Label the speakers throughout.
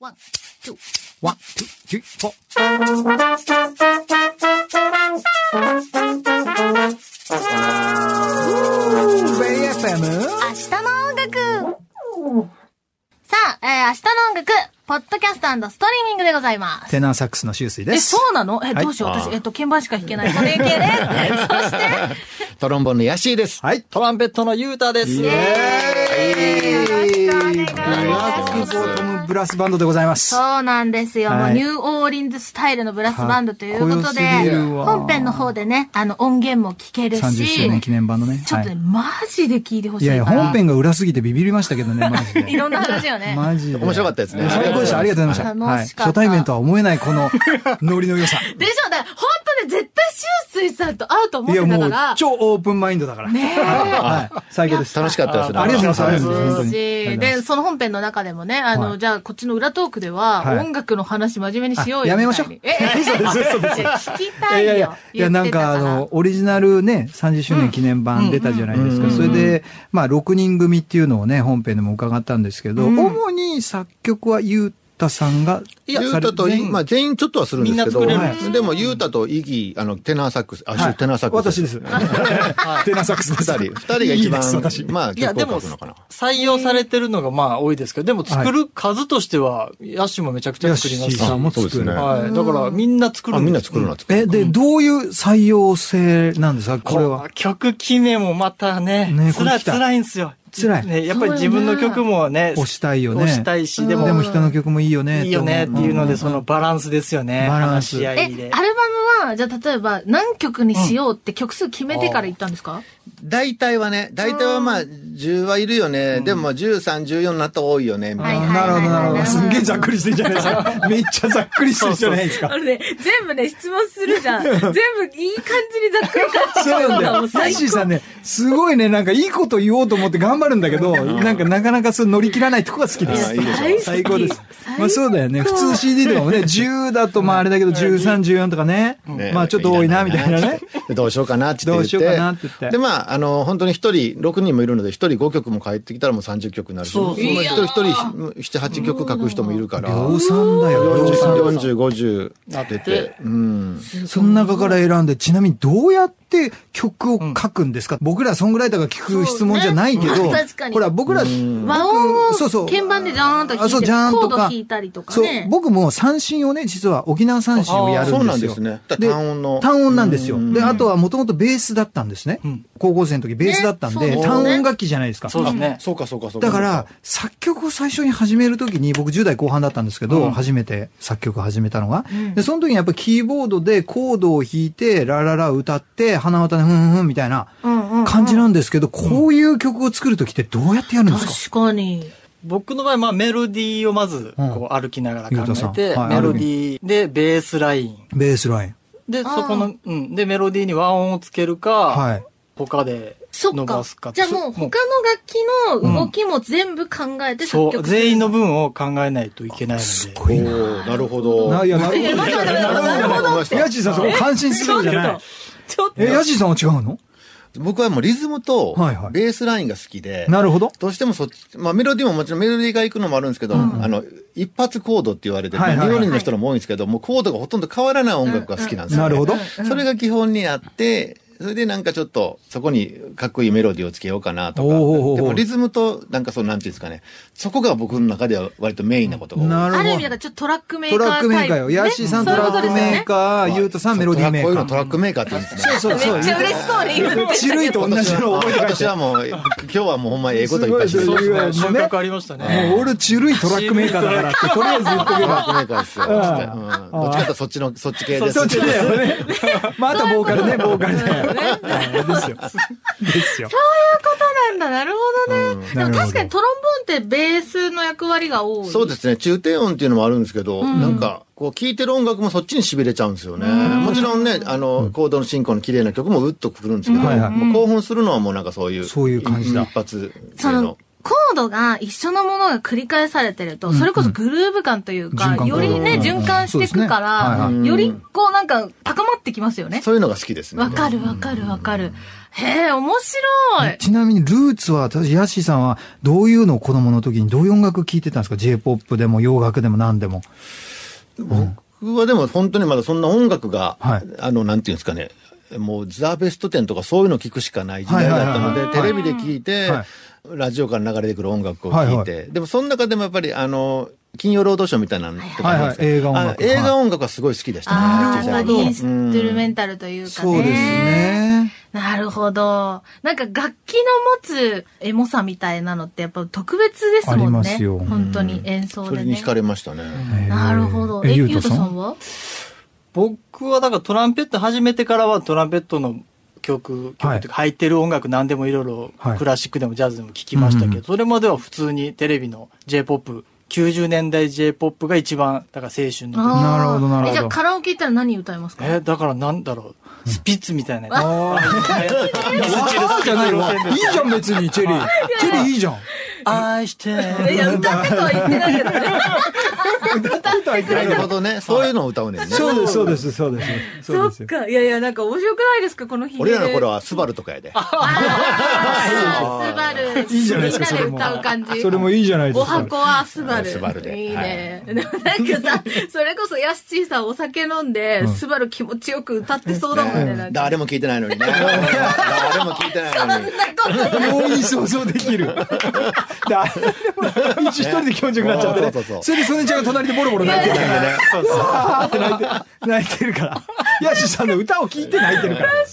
Speaker 1: ワン、ツー、ワン、ツー、スリー、フォー。
Speaker 2: 明日の音楽
Speaker 1: ベイ FM?
Speaker 2: さあ、えー、明日の音楽、ポッドキャストストリーミングでございます。
Speaker 1: テナーサックスの修水で
Speaker 2: え、
Speaker 1: す。
Speaker 2: そうなのえ、
Speaker 1: はい
Speaker 2: どうしよう。
Speaker 3: あ
Speaker 2: 私、
Speaker 3: ー
Speaker 2: えっと、鍵盤しか弾けない。それ系です。そして、
Speaker 3: トロンボーンのヤシーです。
Speaker 1: はい
Speaker 3: トランペットのユータです。
Speaker 1: イエーイ
Speaker 2: よろしくお願いいたします
Speaker 1: ブラックボトムブラスバンドでございます。
Speaker 2: そうなんですよ。
Speaker 1: はい
Speaker 2: もうニューオーリンズスタイルのブラスバンドということで、
Speaker 1: かっこよすぎるわ
Speaker 2: 本編の方でね、あの、音源も聞けるし、
Speaker 1: 30周年記念版のね。
Speaker 2: ちょっとね、
Speaker 1: はい
Speaker 2: マジで聞いてほし
Speaker 1: い
Speaker 2: いか
Speaker 1: や
Speaker 2: ら。
Speaker 1: いや、本編が裏すぎてビビりましたけどね、マジで。
Speaker 2: いろんな話よね。
Speaker 1: マジで。
Speaker 3: 面白かったですね
Speaker 1: 最高でした。ありがとうございました。は
Speaker 2: 楽
Speaker 1: い。
Speaker 2: しかった
Speaker 1: 初対面とは思えないこのノリの良さ。
Speaker 2: でしょだから、本当ね、絶対、周水さんと会うと思
Speaker 1: い
Speaker 2: ってた
Speaker 1: や、も
Speaker 2: か
Speaker 1: う
Speaker 2: ら。
Speaker 1: 超オープンマインドだから。
Speaker 2: ねえ。
Speaker 1: はい。最高でした。
Speaker 3: 楽しかったですね。
Speaker 1: ありがとうございます。
Speaker 3: は
Speaker 1: 本当に
Speaker 2: で、その本編の中でもね、あの、
Speaker 1: はい
Speaker 2: じゃあ、こっちの裏トークでは、
Speaker 1: はい
Speaker 2: 音楽の話真面目にしよう
Speaker 1: あ
Speaker 2: よ
Speaker 1: や
Speaker 2: みたいに。
Speaker 1: めましょう
Speaker 2: え、え
Speaker 1: そうですそうです
Speaker 2: いや聞き
Speaker 1: いや
Speaker 2: たいよ。
Speaker 1: いやいや、いやなんかあの、オリジナルね、30周年記念版出たじゃないです
Speaker 3: う
Speaker 1: か。
Speaker 3: ん
Speaker 1: それで、まあ、6人組っていうのをね、本編でも伺ったんですけど、
Speaker 2: うん
Speaker 1: 主に作曲はゆうたさんが、
Speaker 3: いユ
Speaker 1: さ
Speaker 3: ー
Speaker 1: れ
Speaker 3: タとイギ、
Speaker 1: 全
Speaker 3: まあ全員ちょっとはするんですけど、
Speaker 4: みん
Speaker 1: な作れるん
Speaker 3: はいでもユータとイギ、あの、テナーサックス、あ、
Speaker 1: はい
Speaker 3: テナーサックス。
Speaker 1: 私で。す。テナーサックスで
Speaker 3: 二
Speaker 1: す。
Speaker 3: 人、二人が一
Speaker 1: いいです私
Speaker 3: 番、まあ
Speaker 4: いや、
Speaker 3: 曲
Speaker 4: で
Speaker 3: を書
Speaker 4: も、
Speaker 3: くのかな。
Speaker 4: 採用されてるのがまあ多いですけど、でも作る数としては、ヤッシュもめちゃくちゃ作りま
Speaker 1: ヤッシ
Speaker 4: す
Speaker 1: ーさ
Speaker 4: は
Speaker 1: んも作
Speaker 3: そう
Speaker 1: る
Speaker 3: ですね。
Speaker 4: い。だから、みんな作る
Speaker 3: あ、
Speaker 4: ん
Speaker 3: みん
Speaker 4: で
Speaker 3: な
Speaker 4: す
Speaker 3: 作るなって。
Speaker 1: え、で、どういう採用性なんですかこれは。
Speaker 4: 曲決めもまたね、
Speaker 1: ねこ
Speaker 4: つ
Speaker 1: れ
Speaker 4: ら
Speaker 1: 聞
Speaker 4: い、
Speaker 1: き
Speaker 4: つ
Speaker 1: たい
Speaker 4: らいんですよ。
Speaker 1: 辛い
Speaker 4: ね、やっぱり自分の曲もね、
Speaker 1: 押したいよね。
Speaker 4: 押したいし、で
Speaker 1: で
Speaker 4: も、
Speaker 1: も人の曲もいいよね。
Speaker 4: いいよねっていうので、そのバランスですよね。
Speaker 1: バランス
Speaker 4: 話し合
Speaker 2: え、ア
Speaker 4: い
Speaker 2: ル
Speaker 4: で
Speaker 2: バ。ムは、じゃあ、例えば、何曲にしようって曲数決めてから行ったんですか
Speaker 3: 大体はね、大体はまあ、10はいるよね。でもまあ、13、14になったら多いよね、みたい
Speaker 2: はい
Speaker 3: な。
Speaker 2: はい
Speaker 1: なるほど、なるほ
Speaker 2: は
Speaker 1: ど。
Speaker 2: い
Speaker 1: すんげえざっくりしてんじゃないです か。めっちゃざっくりしてるじゃないですか。
Speaker 2: あのね、全部ね、質問するじ ゃん。全部いい感じにざっくり返
Speaker 1: そうなんだよ。ヤッシーさんね、すごいね、なんかいいこと言おうと思って頑張るんだけど、なんかなかなかそう乗り切らないとこが好きで
Speaker 3: あーいいでしょ
Speaker 1: す。
Speaker 3: う
Speaker 1: 最高です。まあそうだよね。普通 CD とかもね、10だとまああれだけど、13、14とかね。
Speaker 3: ね
Speaker 1: まあちょっと多いな、みたいなね。。
Speaker 3: でどうしようかなって言って。
Speaker 1: どうしようかなって言って
Speaker 3: で、まあ、あの、本当に一人、6人もいるので、一人5曲も帰ってきたらもう30曲になるし。
Speaker 4: そうそう
Speaker 3: まあ一人一人7、8曲書く人もいるから。
Speaker 1: 量産だよ、量産。
Speaker 3: 40、50
Speaker 4: なって
Speaker 3: 出て。うん。
Speaker 1: その中から選んで、ちなみにどうやって曲を書くんですか僕らソングライターが聞く質問じゃないけ
Speaker 2: そう
Speaker 1: ど
Speaker 2: ね確か、に
Speaker 1: ほら、僕ら、
Speaker 2: 和音を、
Speaker 1: そうそう
Speaker 2: 鍵盤でジャーンと弾い
Speaker 1: あそう
Speaker 2: て、
Speaker 1: ジャーン
Speaker 2: コー
Speaker 1: と
Speaker 2: ド
Speaker 1: か
Speaker 2: 弾いたりとかね。
Speaker 1: そう、僕も三振をね、実は沖縄三振をやるんですよ。
Speaker 3: あーそうなんですね単音の
Speaker 1: 単音なんですよ
Speaker 3: う。ん
Speaker 1: で、あとはもともとベースだったんですね
Speaker 4: ん。
Speaker 1: 高校生の時ベースだったん
Speaker 2: ねそう
Speaker 1: で、
Speaker 2: ですね
Speaker 1: 単音楽器じゃないですか。
Speaker 4: そうですね。
Speaker 3: そうか、そうか、そうか。
Speaker 1: だから、、作曲を最初に始めるときに、僕10代後半だったんですけど、
Speaker 4: うん
Speaker 1: 初めて作曲を始めたのが、
Speaker 2: ん
Speaker 1: で、その時にやっぱキーボードでコードを弾いて、ラララ歌って、鼻歌でふんふんふんみたいな
Speaker 2: うんうんうん
Speaker 1: 感じなんですけど、こういう曲を作るときってどうやってやるんですか
Speaker 2: 確かに。
Speaker 4: 僕の場合、まあメロディーをまず、こう歩きながら
Speaker 1: ゆう
Speaker 4: 考
Speaker 1: たさん
Speaker 4: えて、
Speaker 1: はい
Speaker 4: メロディーでベースライン。
Speaker 1: ベースライン。
Speaker 4: で、
Speaker 2: あー
Speaker 4: そこの、うん。で、メロディーに和音をつけるか、
Speaker 1: はい。
Speaker 4: 他で
Speaker 2: そ
Speaker 4: 伸
Speaker 2: っか
Speaker 4: ばすか。。
Speaker 2: じゃあもう
Speaker 4: そ
Speaker 2: 他の楽器の動きも全部考えて作
Speaker 4: そう、
Speaker 2: 曲
Speaker 4: 全員の分を考えないといけないので。
Speaker 1: こ
Speaker 3: お
Speaker 1: れ
Speaker 3: ーなるほど。
Speaker 1: な、いや、な
Speaker 2: え
Speaker 1: るほ
Speaker 2: 待って
Speaker 1: ど。
Speaker 2: 待って待ってなるほど。
Speaker 3: ど
Speaker 1: ヤジさんそこ感心するんじゃない
Speaker 2: ちょっと。
Speaker 1: え、ヤジさんは違うの
Speaker 3: 僕はもうリズムと
Speaker 1: はいはい
Speaker 3: ベースラインが好きで、
Speaker 1: なるほど。
Speaker 3: どうしてもそっち、まあメロディーももちろんメロディーが行くのもあるんですけど、あの、一発コードって言われて、
Speaker 1: はいはいはい
Speaker 3: メロディーの人も多いんですけど、もうコードがほとんど変わらない音楽が好きなんですよ、
Speaker 1: なるほど。
Speaker 3: それが基本にあって、それでなんかちょっと、そこにかっこいいメロディーをつけようかなとか。
Speaker 1: おーおーおー
Speaker 3: でもリズムと、なんかその、なんていうんですかね。そこが僕の中では割とメインなことが多い。
Speaker 1: な
Speaker 2: ある意味
Speaker 1: る
Speaker 2: だ
Speaker 1: ほ
Speaker 2: から
Speaker 1: ど。
Speaker 2: ちょっとトラックメーカ
Speaker 1: ト
Speaker 2: ータイプ。
Speaker 1: ラックメーカーよ。ヤシさん
Speaker 2: ね
Speaker 1: ト
Speaker 2: そういう
Speaker 1: ラ
Speaker 2: こと
Speaker 1: ラッ
Speaker 2: で
Speaker 1: ク
Speaker 2: す
Speaker 1: メーカ
Speaker 3: は
Speaker 1: ー、
Speaker 3: い
Speaker 1: ゆうとさんメロディーメ
Speaker 3: こういう
Speaker 1: ー
Speaker 3: のト
Speaker 1: カー。
Speaker 3: ラックメーカーって言うんですね。
Speaker 1: そうそう。
Speaker 2: めっちゃ嬉しそうに言ってたけど。
Speaker 1: ちるいと同じの覚えて
Speaker 3: 私はもう、今日はもうほんまええこといっぱいして
Speaker 1: す
Speaker 3: る
Speaker 1: ご
Speaker 4: そ
Speaker 1: いうす
Speaker 4: で
Speaker 1: ごい
Speaker 4: す
Speaker 1: ね
Speaker 4: ね。収穫ありましたね。
Speaker 1: もう俺、ちるいトラックメーカーだからって、とりあえず言っとけ
Speaker 3: ト
Speaker 1: ば。
Speaker 3: ラックメーカーですよ。うんどっちかというとそっちの、そっち系です。
Speaker 1: そっちだよね。まあ、あとボーカルね、ボーカルだよね。はいですよ。です よ。
Speaker 2: なんだ、なるほどね。でも確かにトロンボーンってベースの役割が多い。
Speaker 3: そうですね。中低音っていうのもあるんですけど、なんか、こう、聴いてる音楽もそっちに痺れちゃうんですよね。もちろんね、あの、コードの進行の綺麗な曲もうっとくるんですけど、
Speaker 1: はいはい
Speaker 3: もう興奮するのはもうなんかそういう、
Speaker 1: そういう感じだ
Speaker 3: 一発
Speaker 2: そ
Speaker 3: 系
Speaker 2: の
Speaker 3: の。、
Speaker 2: コードが一緒のものが繰り返されてると、それこそグルーヴ感というか、
Speaker 1: 循環
Speaker 2: よりね、
Speaker 1: うん
Speaker 2: 循環していくから、
Speaker 1: そうです
Speaker 3: ねはいはい
Speaker 2: よりこうなんか高まってきますよね。
Speaker 3: そういうのが好きですね。
Speaker 2: わかるわかるわかる。へえ、面白い。
Speaker 1: ちなみにルーツは、私、ヤッシーさんはどういうのを子供の時にどういう音楽聴いてたんですか ?J-POP でも洋楽でも何でも。
Speaker 3: 僕はでも本当にまだそんな音楽が、
Speaker 1: はい
Speaker 3: あの、なんていうんですかね、もうザ・ベスト10とかそういうの聞くしかない時代だったので、
Speaker 1: はいはいはい
Speaker 3: テレビで聞いて、
Speaker 1: はい
Speaker 3: ラジオから流れてくる音楽を聞いて、
Speaker 1: は
Speaker 3: でもその中でもやっぱりあの、金曜ロードショーみたいなのとかありますか、
Speaker 1: はいはい映画音楽
Speaker 3: あ映画音楽はすごい好きでしたね。
Speaker 2: ああ、
Speaker 3: 小
Speaker 2: やっ
Speaker 3: さ
Speaker 2: ぱ
Speaker 3: い
Speaker 2: り
Speaker 3: 頃
Speaker 2: インストゥルメンタルというかね。
Speaker 1: そうです。ね。
Speaker 2: なるほど。なんか楽器の持つエモさみたいなのってやっぱ特別ですもんね。
Speaker 1: ありますよ
Speaker 2: 本当に演奏
Speaker 3: そ
Speaker 2: で
Speaker 3: れに
Speaker 2: ね
Speaker 3: 惹。かれましたね。
Speaker 2: なるほど。え、ゆうとさんは
Speaker 4: 僕はだからトランペット始めてからはトランペットの曲、曲っていうか入ってる音楽何でもいろいろ
Speaker 1: はい
Speaker 4: クラシックでもジャズでも聴きましたけど、
Speaker 1: うん
Speaker 4: それまでは普通にテレビの J-POP、90年代 J-Pop が一番、だから青春の時
Speaker 2: あー
Speaker 1: なるほどなるほど
Speaker 2: えじゃあカラオケ行ったら何歌いますか
Speaker 4: え、だからなんだろう、スピッツみたいなやつ。 ミスチル
Speaker 1: ああじゃないわ。いいじゃん、別に、チェリー。チェリーいいじゃん。
Speaker 4: 愛してる
Speaker 2: いや、歌ってとは言ってないけどね。
Speaker 3: なるほどね。そういうのを歌うねんね。
Speaker 1: そうです、そうです、そうです。
Speaker 2: そっか。いやいや、なんか面白くないですかこの日。
Speaker 3: 俺らの頃はスバルとかやで。
Speaker 2: あー。スバル。
Speaker 1: いいじゃないですか、それ
Speaker 2: み
Speaker 1: も
Speaker 2: んなで歌う感じ。。
Speaker 1: それもいいじゃないで
Speaker 2: お
Speaker 1: すか。
Speaker 2: 箱はスバル。
Speaker 3: スバルで
Speaker 2: いいね。でもなん かさ、それこそヤッシーさんお酒飲んで、スバル気持ちよく歌ってそうだもんね、なんか。
Speaker 3: 誰も聞いてないの にね。誰も聞いてないのに。
Speaker 2: そんなことない
Speaker 1: 容易に想像できる。で、あれでも一人で気持ちよくなっちゃってね
Speaker 3: そうそうそう
Speaker 1: それで、そねちゃんが隣でボロボロ泣いてるから。
Speaker 3: そうそう
Speaker 1: あーって泣いて、泣いてるから。ヤシさんの歌を聴いて泣いてるから。確かに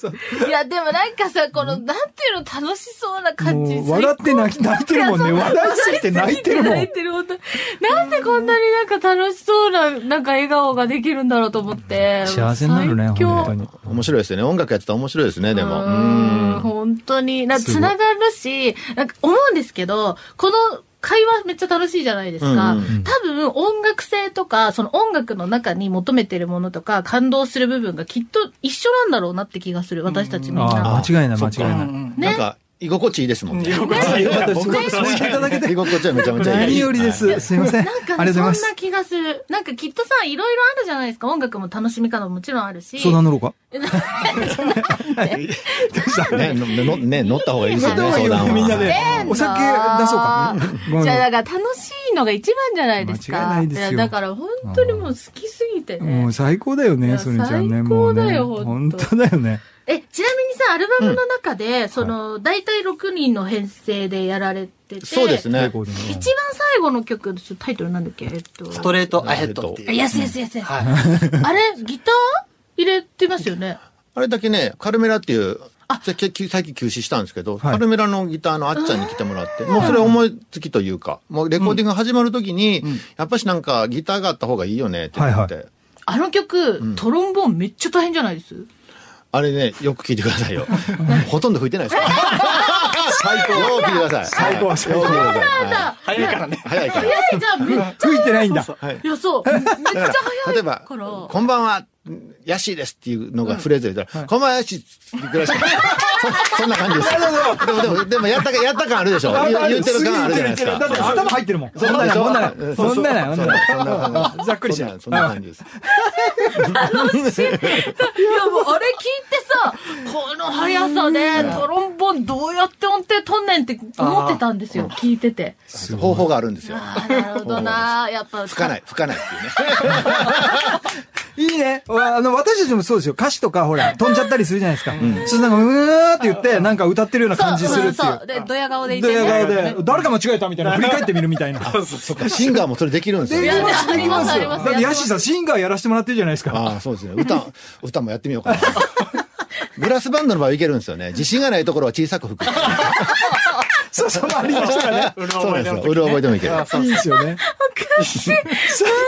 Speaker 1: そうそう
Speaker 2: いや、でもなんかさ、この、なんていうの楽しそうな
Speaker 1: そう。
Speaker 2: 感じ。
Speaker 1: もう笑って泣き泣いてるもんね。
Speaker 2: いやそう
Speaker 1: 笑いすぎて泣いてるも
Speaker 2: 泣
Speaker 1: ん
Speaker 2: い。てる本当なんでこんなになんか楽しそうな、なんか笑顔ができるんだろうと思って。
Speaker 1: 幸せになるね、
Speaker 2: 最強
Speaker 1: 本当に。
Speaker 3: 面白いですよね。音楽やってたら面白いですね、で
Speaker 2: う
Speaker 3: も。うん
Speaker 2: ん本当に。な、つながるし、なんか思うんですけど、この会話めっちゃ楽しいじゃないですか。
Speaker 3: うんうん
Speaker 2: 多分音楽性とか、その音楽の中に求めてるものとか、感動する部分がきっと一緒なんだろうなって気がする。私たちみんなが。
Speaker 1: ああ、間違いない、間
Speaker 3: そ
Speaker 1: 違
Speaker 3: っ
Speaker 1: い
Speaker 3: か
Speaker 1: ない。
Speaker 3: なんか、居心地いいですもんね。
Speaker 4: 居心地いい
Speaker 1: 僕はそう言っていただけて
Speaker 3: 居心地はめちゃめちゃいい。
Speaker 1: 何よりで
Speaker 3: はい
Speaker 1: す。すいません。あ
Speaker 2: なん
Speaker 1: り
Speaker 2: か
Speaker 1: がとう
Speaker 2: ね、
Speaker 1: ござい
Speaker 2: そん
Speaker 1: ま
Speaker 2: な
Speaker 1: す。
Speaker 2: 気がする。なんかきっとさ、いろいろあるじゃないですか。音楽も楽しみ方ももちろんあるし。
Speaker 1: 相談乗ろうか。
Speaker 3: ね、ののね、乗った方がいいですよね、
Speaker 1: 乗った方
Speaker 3: 相
Speaker 1: がいい
Speaker 3: 談
Speaker 1: よ
Speaker 3: は。
Speaker 1: みんなで
Speaker 2: 変だ
Speaker 1: お酒出そうかごめん
Speaker 2: じゃあ、だから楽しいのが一番じゃないですか。
Speaker 1: 間違いないですよ
Speaker 2: やだから本当にもう好きすぎて
Speaker 1: も
Speaker 2: ね
Speaker 1: う。最高だよ
Speaker 2: い
Speaker 1: ね、
Speaker 2: や
Speaker 1: それちゃんね。
Speaker 2: 最
Speaker 1: も
Speaker 2: 高
Speaker 1: う
Speaker 2: だ
Speaker 1: ね。
Speaker 2: よ
Speaker 1: 本
Speaker 2: 本当
Speaker 1: 当だよね。
Speaker 2: え、ちなみにさ、アルバムの中で、その、大体6人の編成でやられてて。
Speaker 3: そうです。ね。
Speaker 1: コードの
Speaker 2: 一番最後の曲、ちょっとタイトルなんだっけえっと。
Speaker 4: ストレートアヘッドって
Speaker 2: あ、
Speaker 4: いう。
Speaker 2: yes, yes, yes, yes.
Speaker 4: はい。
Speaker 2: あれ、ギター入れてますよね。
Speaker 3: あれだけね、カルメラっていう、最近最近休止したんですけど、
Speaker 1: はい
Speaker 3: カルメラのギターのあっちゃんに来てもらって、もうそれ思いつきというか、もうレコーディングが始まるときに、やっぱしなんかギターがあった方がいいよねって言って、
Speaker 1: はい
Speaker 2: あの曲、トロンボーンめっちゃ大変じゃないです
Speaker 3: あれね、よく聞いてくださ いよ。ほとんど吹いてないですから。最高。よく聞いてください。
Speaker 1: 最高最高
Speaker 3: よく聞いてください
Speaker 2: だ
Speaker 4: 早いからね。
Speaker 3: はい早いから。
Speaker 2: 早いじゃん、めっちゃ。
Speaker 1: 吹いてないんだ。
Speaker 3: はい
Speaker 2: いや、そう。めっちゃ
Speaker 3: だから
Speaker 2: 早
Speaker 3: 例え
Speaker 2: い
Speaker 3: ば、
Speaker 2: から。
Speaker 3: こんばんは、ヤッシーですっていうのがフレーズで言ったら、こんばんは、ヤッシーって ぐらいしかそそんな感じです。でも、でも、でも、やったか、やった感あるでしょ。言う言ってる感あるじゃない
Speaker 1: すぐ言ってる言っ
Speaker 3: です
Speaker 1: てるだって
Speaker 3: か。
Speaker 1: 頭入ってるもん。そ
Speaker 3: そ
Speaker 1: ん
Speaker 3: う
Speaker 1: な
Speaker 3: で
Speaker 1: ない、
Speaker 3: し
Speaker 1: そ
Speaker 3: ょ
Speaker 1: んなない。そんなない、そんなない。
Speaker 3: そんな感じ。
Speaker 1: ざっくりしてる
Speaker 3: そんなそんな感じです。
Speaker 2: いやもうあれ聞いてさ、この速さでトロンボーンどうやって音程とんねんって思ってたんですよ、聞いてて。
Speaker 3: 方法があるんですよ。
Speaker 2: ああ、なるほどな。やっぱ。
Speaker 3: 吹かない、吹かないっていうね。
Speaker 1: いいね。わあの、私たちもそうですよ。歌詞とか、ほら、飛んじゃったりするじゃないですか。そうなんか、うーって言って、なんか歌ってるような
Speaker 2: そ
Speaker 1: 感
Speaker 2: う、
Speaker 1: じする
Speaker 2: そ
Speaker 1: っ
Speaker 2: う、そ
Speaker 1: て
Speaker 2: う。で、
Speaker 1: い
Speaker 2: ドヤ顔で
Speaker 1: う。
Speaker 2: い
Speaker 1: ド
Speaker 2: て
Speaker 1: ヤ
Speaker 2: ね。
Speaker 1: 顔で、誰か間違えたみたいな、振り返ってみるみたいな。
Speaker 3: そっか、シンガーもそれできるんですよ
Speaker 2: い
Speaker 3: ね。
Speaker 2: や、あります、あり
Speaker 1: だ
Speaker 2: ます。
Speaker 1: って、ヤッシーさん、シンガーやらせてもらってるじゃないですか。
Speaker 3: ああ、そうですね。歌、歌もやってみようかな。ブラスバンドの場合いけるんですよね。自信がないところは小さく吹く。
Speaker 1: そう そう、周りの人がね。
Speaker 4: うる
Speaker 3: そうなんですよ。うる覚えでもいける。
Speaker 1: いいですよね。最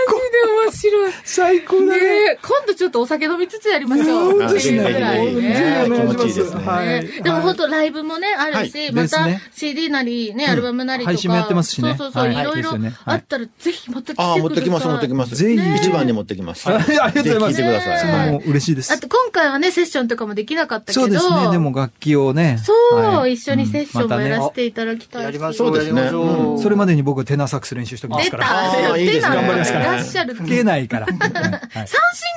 Speaker 1: 高
Speaker 2: 面白い。
Speaker 1: 最高だね。
Speaker 2: ねえ今度ちょっとお酒飲みつつやりましょう。
Speaker 1: 本当
Speaker 3: 当
Speaker 1: で
Speaker 3: ですす
Speaker 1: ね。
Speaker 3: ね
Speaker 2: っていうぐらいね
Speaker 3: 本当に
Speaker 1: お願いし
Speaker 3: 気持ちい
Speaker 1: ま
Speaker 3: いですすね
Speaker 1: はい。
Speaker 2: ねでも本当ライブもね、ある
Speaker 3: は
Speaker 2: し、
Speaker 1: い
Speaker 2: ま
Speaker 1: です
Speaker 2: た
Speaker 1: ね
Speaker 2: CD なりね、アルバムなりとか。
Speaker 1: 配信もやってますしね
Speaker 2: そうそうそう、
Speaker 1: はい
Speaker 2: いろいろ
Speaker 1: はいですよねは
Speaker 2: あ
Speaker 1: い
Speaker 2: ったらぜひ持ってきてください。
Speaker 3: ああ、持ってきます、持ってきます。
Speaker 1: ぜひね
Speaker 3: 一番に持ってきます。
Speaker 1: ありがとうございます
Speaker 3: ぜひ聞いてくだ
Speaker 1: そ
Speaker 3: さ
Speaker 1: の
Speaker 3: い。
Speaker 1: もう嬉しいで
Speaker 2: あ
Speaker 1: す。
Speaker 2: と今回はね、セッションとかもできなかったけど。
Speaker 1: そうですね。でも楽器をね。
Speaker 2: そう、
Speaker 1: はい
Speaker 2: 一緒にセッションも
Speaker 1: うんまたね
Speaker 2: やらせていただきたいし。
Speaker 4: やりまし
Speaker 3: そ
Speaker 4: ょ
Speaker 3: うで
Speaker 4: う、や
Speaker 3: す
Speaker 4: り
Speaker 3: ね
Speaker 4: ましょう。
Speaker 1: それまでに僕はテナーサックス練習しておきます
Speaker 2: 出
Speaker 1: か
Speaker 2: た
Speaker 1: ら。
Speaker 3: あーいいですね
Speaker 2: 頑
Speaker 3: 頑
Speaker 2: 張
Speaker 3: 張
Speaker 2: りま
Speaker 3: りますす
Speaker 2: か。
Speaker 3: からら
Speaker 2: いらっしゃる。
Speaker 1: 吹けな いから。はい
Speaker 2: 三振、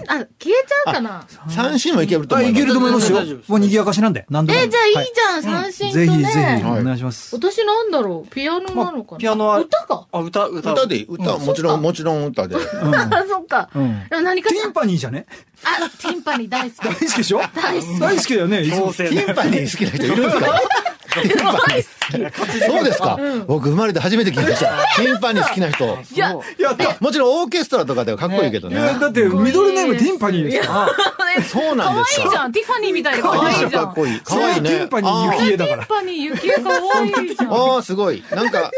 Speaker 2: あ、消えちゃうかな。
Speaker 3: 三振もいけると
Speaker 1: あ、
Speaker 3: 思い
Speaker 1: い
Speaker 3: ます。
Speaker 1: けると思いますよ
Speaker 4: 大丈夫で。す
Speaker 1: もう賑やかしなんで。何
Speaker 2: え
Speaker 1: でも。
Speaker 2: じゃあいい
Speaker 1: は
Speaker 2: じゃん、三振と
Speaker 1: ぜ
Speaker 2: ね。
Speaker 1: ひぜひ、
Speaker 3: はい
Speaker 1: お願いします。
Speaker 2: 私なんだろうピアノなのかな、
Speaker 4: ピアノは
Speaker 2: 歌か。
Speaker 4: あ、歌、歌。
Speaker 3: 歌でいい歌はもちろん、もちろん歌 で。
Speaker 2: あ、 そっか。
Speaker 1: うん
Speaker 2: でも何か
Speaker 1: テ
Speaker 2: し
Speaker 1: ィンパニーじゃね
Speaker 2: ら、あ、ティンパニー大好
Speaker 1: 大
Speaker 2: き。
Speaker 1: 好きでしょ
Speaker 2: 大好き
Speaker 1: 大好きだよね。いつも
Speaker 4: 強制
Speaker 3: ティンパニー好きな人いるんですか
Speaker 2: 大好き。
Speaker 3: そうですか、僕生まれて初めて聞いました。ティンパニー好き な人。
Speaker 2: いや、
Speaker 1: やった。
Speaker 3: もちろんオーケストラとかではかっこいいけど
Speaker 1: い
Speaker 3: ね。
Speaker 1: や、だって、ミドルネームティンパニーですから。
Speaker 3: そうなん
Speaker 2: 可
Speaker 3: で
Speaker 2: 愛
Speaker 3: す
Speaker 2: いじ
Speaker 3: か。
Speaker 2: ゃん。ティファニーみたいで可愛いじゃん。
Speaker 3: かっこいい。かわいいね。
Speaker 1: それはティンパニー雪絵だ
Speaker 2: テ
Speaker 1: か
Speaker 2: ィン
Speaker 1: ら。
Speaker 2: パニー、雪絵可愛いじゃん。
Speaker 3: ああ、すごい。なんか、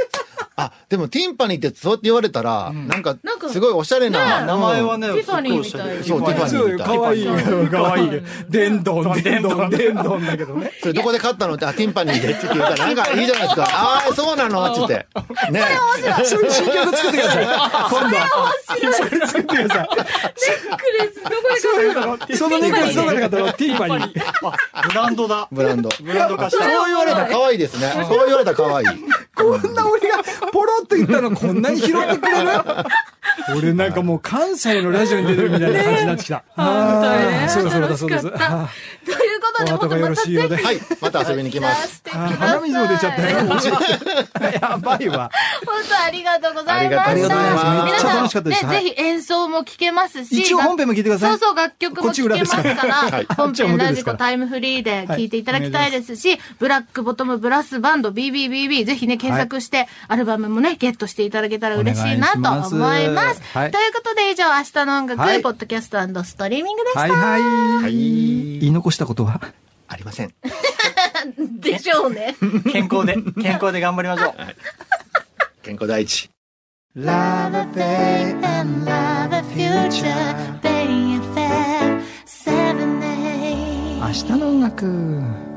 Speaker 3: あ、でもティンパニーってそうやって言われたら、なんか
Speaker 2: なんか、
Speaker 3: すごいおしゃれな。
Speaker 2: ね
Speaker 4: 名前はね、
Speaker 2: ティファニーみたい
Speaker 4: すっごいおしゃれ
Speaker 3: そう
Speaker 1: そう
Speaker 3: ティファニー
Speaker 1: よ、かわいいよ
Speaker 2: ティファニ。ー
Speaker 1: かわいいよ。でんどん、でんどん、でんどんだけどね。
Speaker 3: それどこで買ったのって、あ、ティンパニーでって言ったら、なんかいいじゃないで すか。ああ、そうなのっつって。ね。
Speaker 1: そういう新曲作ってください。今度は。それ作ってくださ
Speaker 2: ネックレス、どこで買ったの
Speaker 1: い。そのネックレスどこで買ったのティンパニー。
Speaker 4: あブランドだ。
Speaker 3: ブランド。
Speaker 4: ブランド化し
Speaker 3: そう
Speaker 4: た。
Speaker 3: 言われたら可愛いですね。そう言われたら可愛い。
Speaker 1: こんな俺がポロって言ったのこんなに拾ってくれる俺なんかもう関西のラジオに出てるみたいな感じになってきた。
Speaker 2: 本当にね
Speaker 1: あーそうそうだそうです。
Speaker 2: 楽しかった
Speaker 1: あ
Speaker 2: ということで、
Speaker 1: お
Speaker 2: ほ
Speaker 1: 後
Speaker 2: んと
Speaker 1: がよ
Speaker 2: ま
Speaker 1: ろ
Speaker 2: た
Speaker 1: しいよう
Speaker 2: ぜ
Speaker 1: で
Speaker 2: ひ。
Speaker 3: はい。また遊びに来 ます。
Speaker 2: してく
Speaker 1: ー
Speaker 2: ださい。
Speaker 1: 鼻水も出ちゃったよ。
Speaker 2: 本
Speaker 1: やばいわ。
Speaker 2: 当ありがとうございました。
Speaker 3: ありがとうございます
Speaker 2: 皆
Speaker 1: めっちゃ
Speaker 2: さん、
Speaker 1: 楽しかったです
Speaker 2: ね
Speaker 1: はい
Speaker 2: ぜひ演奏も聴けますし。
Speaker 1: 一応本編も聞いてください
Speaker 2: そうそう、楽曲も聴けますから、
Speaker 1: はい
Speaker 2: 本編ラ
Speaker 1: こっち表です
Speaker 2: ジ
Speaker 1: か
Speaker 2: コ
Speaker 1: ら
Speaker 2: タイムフリーで聴いていただきたいですし、ブラックボトムブラスバンド BBBB、ぜひね、検索して、アルバムもね、ゲットしていただけたら嬉しいなと思
Speaker 1: お願い
Speaker 2: い
Speaker 1: し
Speaker 2: ま
Speaker 1: ます
Speaker 2: す。
Speaker 1: はい
Speaker 2: ということで、以上、明日の音楽、
Speaker 1: はい
Speaker 2: ポッドキャストストリーミングでした。
Speaker 1: はいはい。
Speaker 3: はい
Speaker 1: 言い残したことは
Speaker 3: ありません。
Speaker 2: でしょうね。
Speaker 4: 健康で、健康で頑張りましょう。
Speaker 3: 健康第一。
Speaker 2: Love a day and love a future, Bay FM 7 a
Speaker 1: 明日の音楽。